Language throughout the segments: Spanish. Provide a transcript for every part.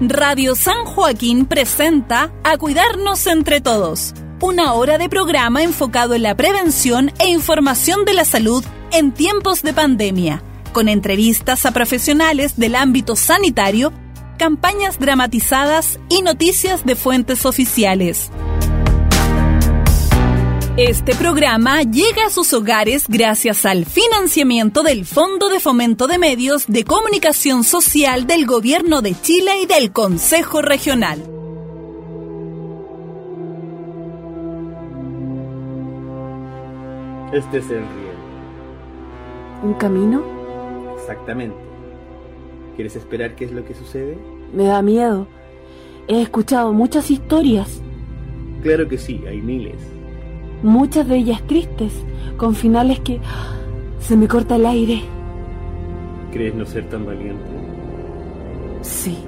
Radio San Joaquín presenta A Cuidarnos entre Todos, una hora de programa enfocado en la prevención e información de la salud en tiempos de pandemia, con entrevistas a profesionales del ámbito sanitario, campañas dramatizadas y noticias de fuentes oficiales. Este programa llega a sus hogares gracias al financiamiento del Fondo de Fomento de Medios de Comunicación Social del Gobierno de Chile y del Consejo Regional. Este es el riel. ¿Un camino? Exactamente. ¿Quieres esperar qué es lo que sucede? Me da miedo. He escuchado muchas historias, Claro que sí, hay miles. muchas de ellas tristes, con finales que... Se me corta el aire. ¿Crees no ser tan valiente? Sí.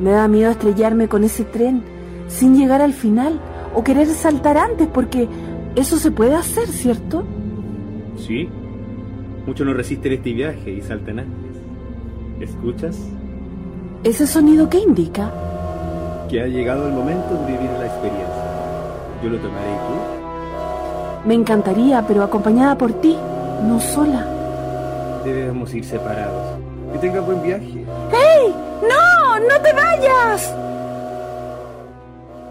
Me da miedo estrellarme con ese tren sin llegar al final o querer saltar antes porque eso se puede hacer, ¿cierto? Sí. Muchos no resisten este viaje y saltan antes. ¿Escuchas? Ese sonido que indica. Que ha llegado el momento de vivir la experiencia. Yo lo tomaré y tú Me encantaría, pero acompañada por ti, no sola. debemos ir separados. Que tenga buen viaje. ¡No! ¡No te vayas!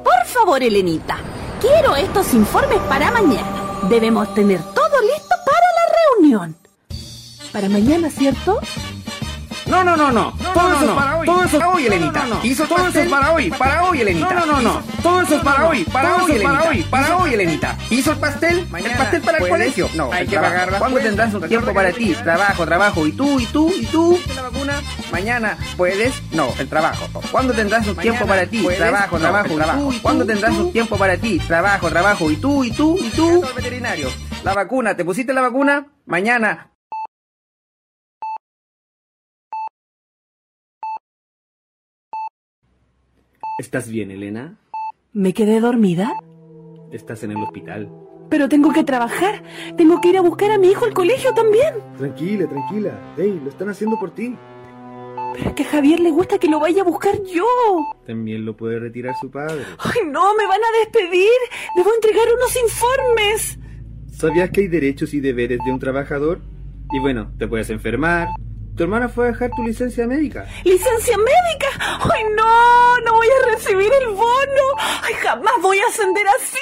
Por favor, Elenita, quiero estos informes para mañana. Debemos tener todo listo para la reunión. Para mañana, ¿cierto? No, no, no, no. Todo eso es para hoy. Todo eso es para hoy, Elenita. Hizo todo eso es para hoy, para hoy, Elenita. No, no, no, Todo eso es para hoy, para hoy, para hoy, para hoy, Elenita. Hizo el pastel, el pastel para el colegio. No, hay que pagarla. ¿Cuándo tendrás un tiempo para ti? Trabajo, trabajo. ¿Y tú, y tú, y tú? ¿La vacuna? Mañana, ¿puedes? No, el trabajo. ¿Cuándo tendrás un tiempo para ti? Trabajo, trabajo, trabajo. ¿Cuándo tendrás un tiempo para ti? Trabajo, trabajo. ¿Y tú, y tú, y tú? veterinario. La vacuna, ¿te pusiste la vacuna? Mañana, ¿Estás bien, Elena? ¿Me quedé dormida? Estás en el hospital. Pero tengo que trabajar. Tengo que ir a buscar a mi hijo al colegio también. Tranquila, tranquila. Hey, lo están haciendo por ti. Pero es que a Javier le gusta que lo vaya a buscar yo. También lo puede retirar su padre. Ay, no, me van a despedir. Debo entregar unos informes. ¿Sabías que hay derechos y deberes de un trabajador? Y bueno, te puedes enfermar. Tu hermana fue a dejar tu licencia médica. Licencia médica. Ay, no, no voy a recibir el bono. Ay, jamás voy a ascender así.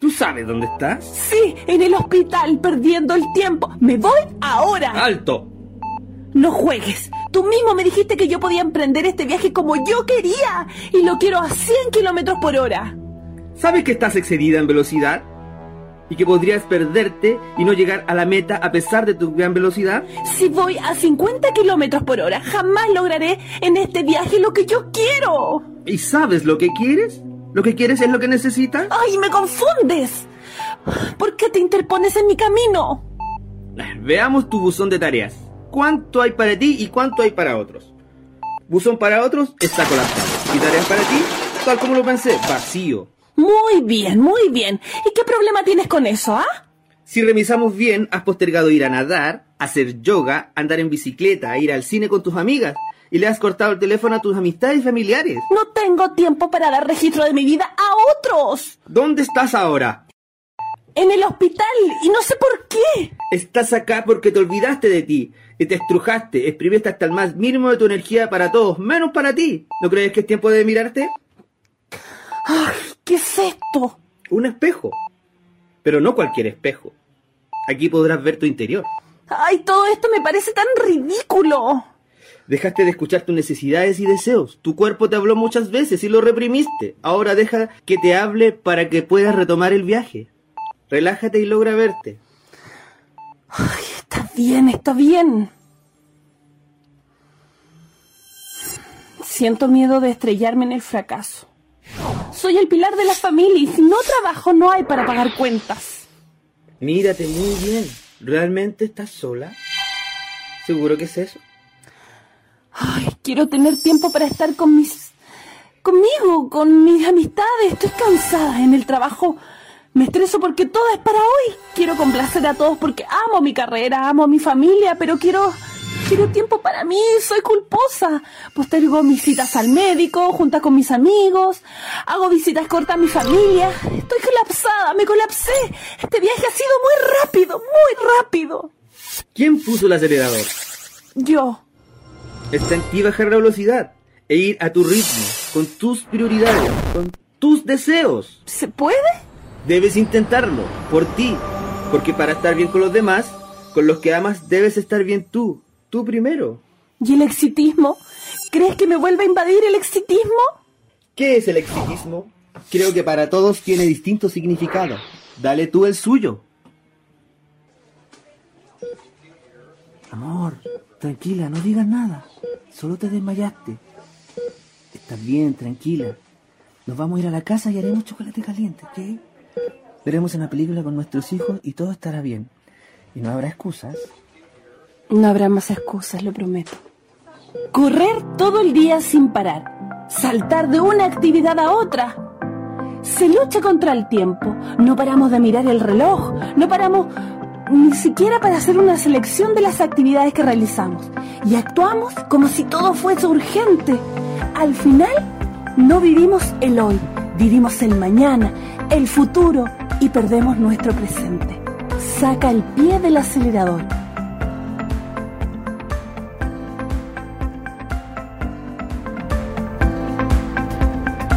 ¿Tú sabes dónde estás? Sí, en el hospital, perdiendo el tiempo. Me voy ahora. ¡Alto! No juegues. Tú mismo me dijiste que yo podía emprender este viaje como yo quería. Y lo quiero a 100 kilómetros por hora. ¿Sabes que estás excedida en velocidad? ¿Y que podrías perderte y no llegar a la meta a pesar de tu gran velocidad? Si voy a 50 kilómetros por hora, jamás lograré en este viaje lo que yo quiero. ¿Y sabes lo que quieres? ¿Lo que quieres es lo que necesitas? ¡Ay, me confundes! ¿Por qué te interpones en mi camino? Veamos tu buzón de tareas. ¿Cuánto hay para ti y cuánto hay para otros? Buzón para otros está colapsado. ¿Y tareas para ti? Tal como lo pensé, vacío. Muy bien, muy bien. ¿Y qué problema tienes con eso, ah? Si revisamos bien, has postergado ir a nadar, hacer yoga, andar en bicicleta, ir al cine con tus amigas y le has cortado el teléfono a tus amistades y familiares. No tengo tiempo para dar registro de mi vida a otros. ¿Dónde estás ahora? En el hospital y no sé por qué. Estás acá porque te olvidaste de ti y te estrujaste, exprimiste hasta el más mínimo de tu energía para todos, menos para ti. ¿No crees que es tiempo de mirarte? Ay, ¿qué es esto? Un espejo. Pero no cualquier espejo. Aquí podrás ver tu interior. Ay, todo esto me parece tan ridículo. Dejaste de escuchar tus necesidades y deseos. Tu cuerpo te habló muchas veces y lo reprimiste. Ahora deja que te hable para que puedas retomar el viaje. Relájate y logra verte. Ay, está bien, está bien. Siento miedo de estrellarme en el fracaso. Soy el pilar de la familia y si no trabajo no hay para pagar cuentas. Mírate muy bien. ¿Realmente estás sola? ¿Seguro que es eso? Ay, quiero tener tiempo para estar con mis... conmigo, con mis amistades. Estoy cansada en el trabajo. Me estreso porque todo es para hoy. Quiero complacer a todos porque amo mi carrera, amo a mi familia, pero quiero... quiero tiempo para mí, soy culposa. Postergo mis citas al médico, juntas con mis amigos, hago visitas cortas a mi familia. Estoy colapsada, me colapsé. Este viaje ha sido muy rápido, muy rápido. ¿Quién puso el acelerador? Yo, Está en ti bajar la velocidad e ir a tu ritmo, con tus prioridades, con tus deseos. ¿se puede? Debes intentarlo, por ti, porque para estar bien con los demás, con los que amas, debes estar bien tú, tú primero. ¿Y el exitismo? ¿Crees que me vuelva a invadir el exitismo? ¿Qué es el exitismo? Creo que para todos tiene distinto significado. Dale tú el suyo. Amor, tranquila, no digas nada. Solo te desmayaste. Estás bien, tranquila. Nos vamos a ir a la casa y haremos chocolate caliente, ¿ok? Veremos una película con nuestros hijos y todo estará bien. Y no habrá excusas. No habrá más excusas, lo prometo. Correr todo el día sin parar. Saltar de una actividad a otra. Se lucha contra el tiempo. No paramos de mirar el reloj. No paramos ni siquiera para hacer una selección de las actividades que realizamos. Y actuamos como si todo fuese urgente. Al final, no vivimos el hoy. Vivimos el mañana, el futuro y perdemos nuestro presente. Saca el pie del acelerador.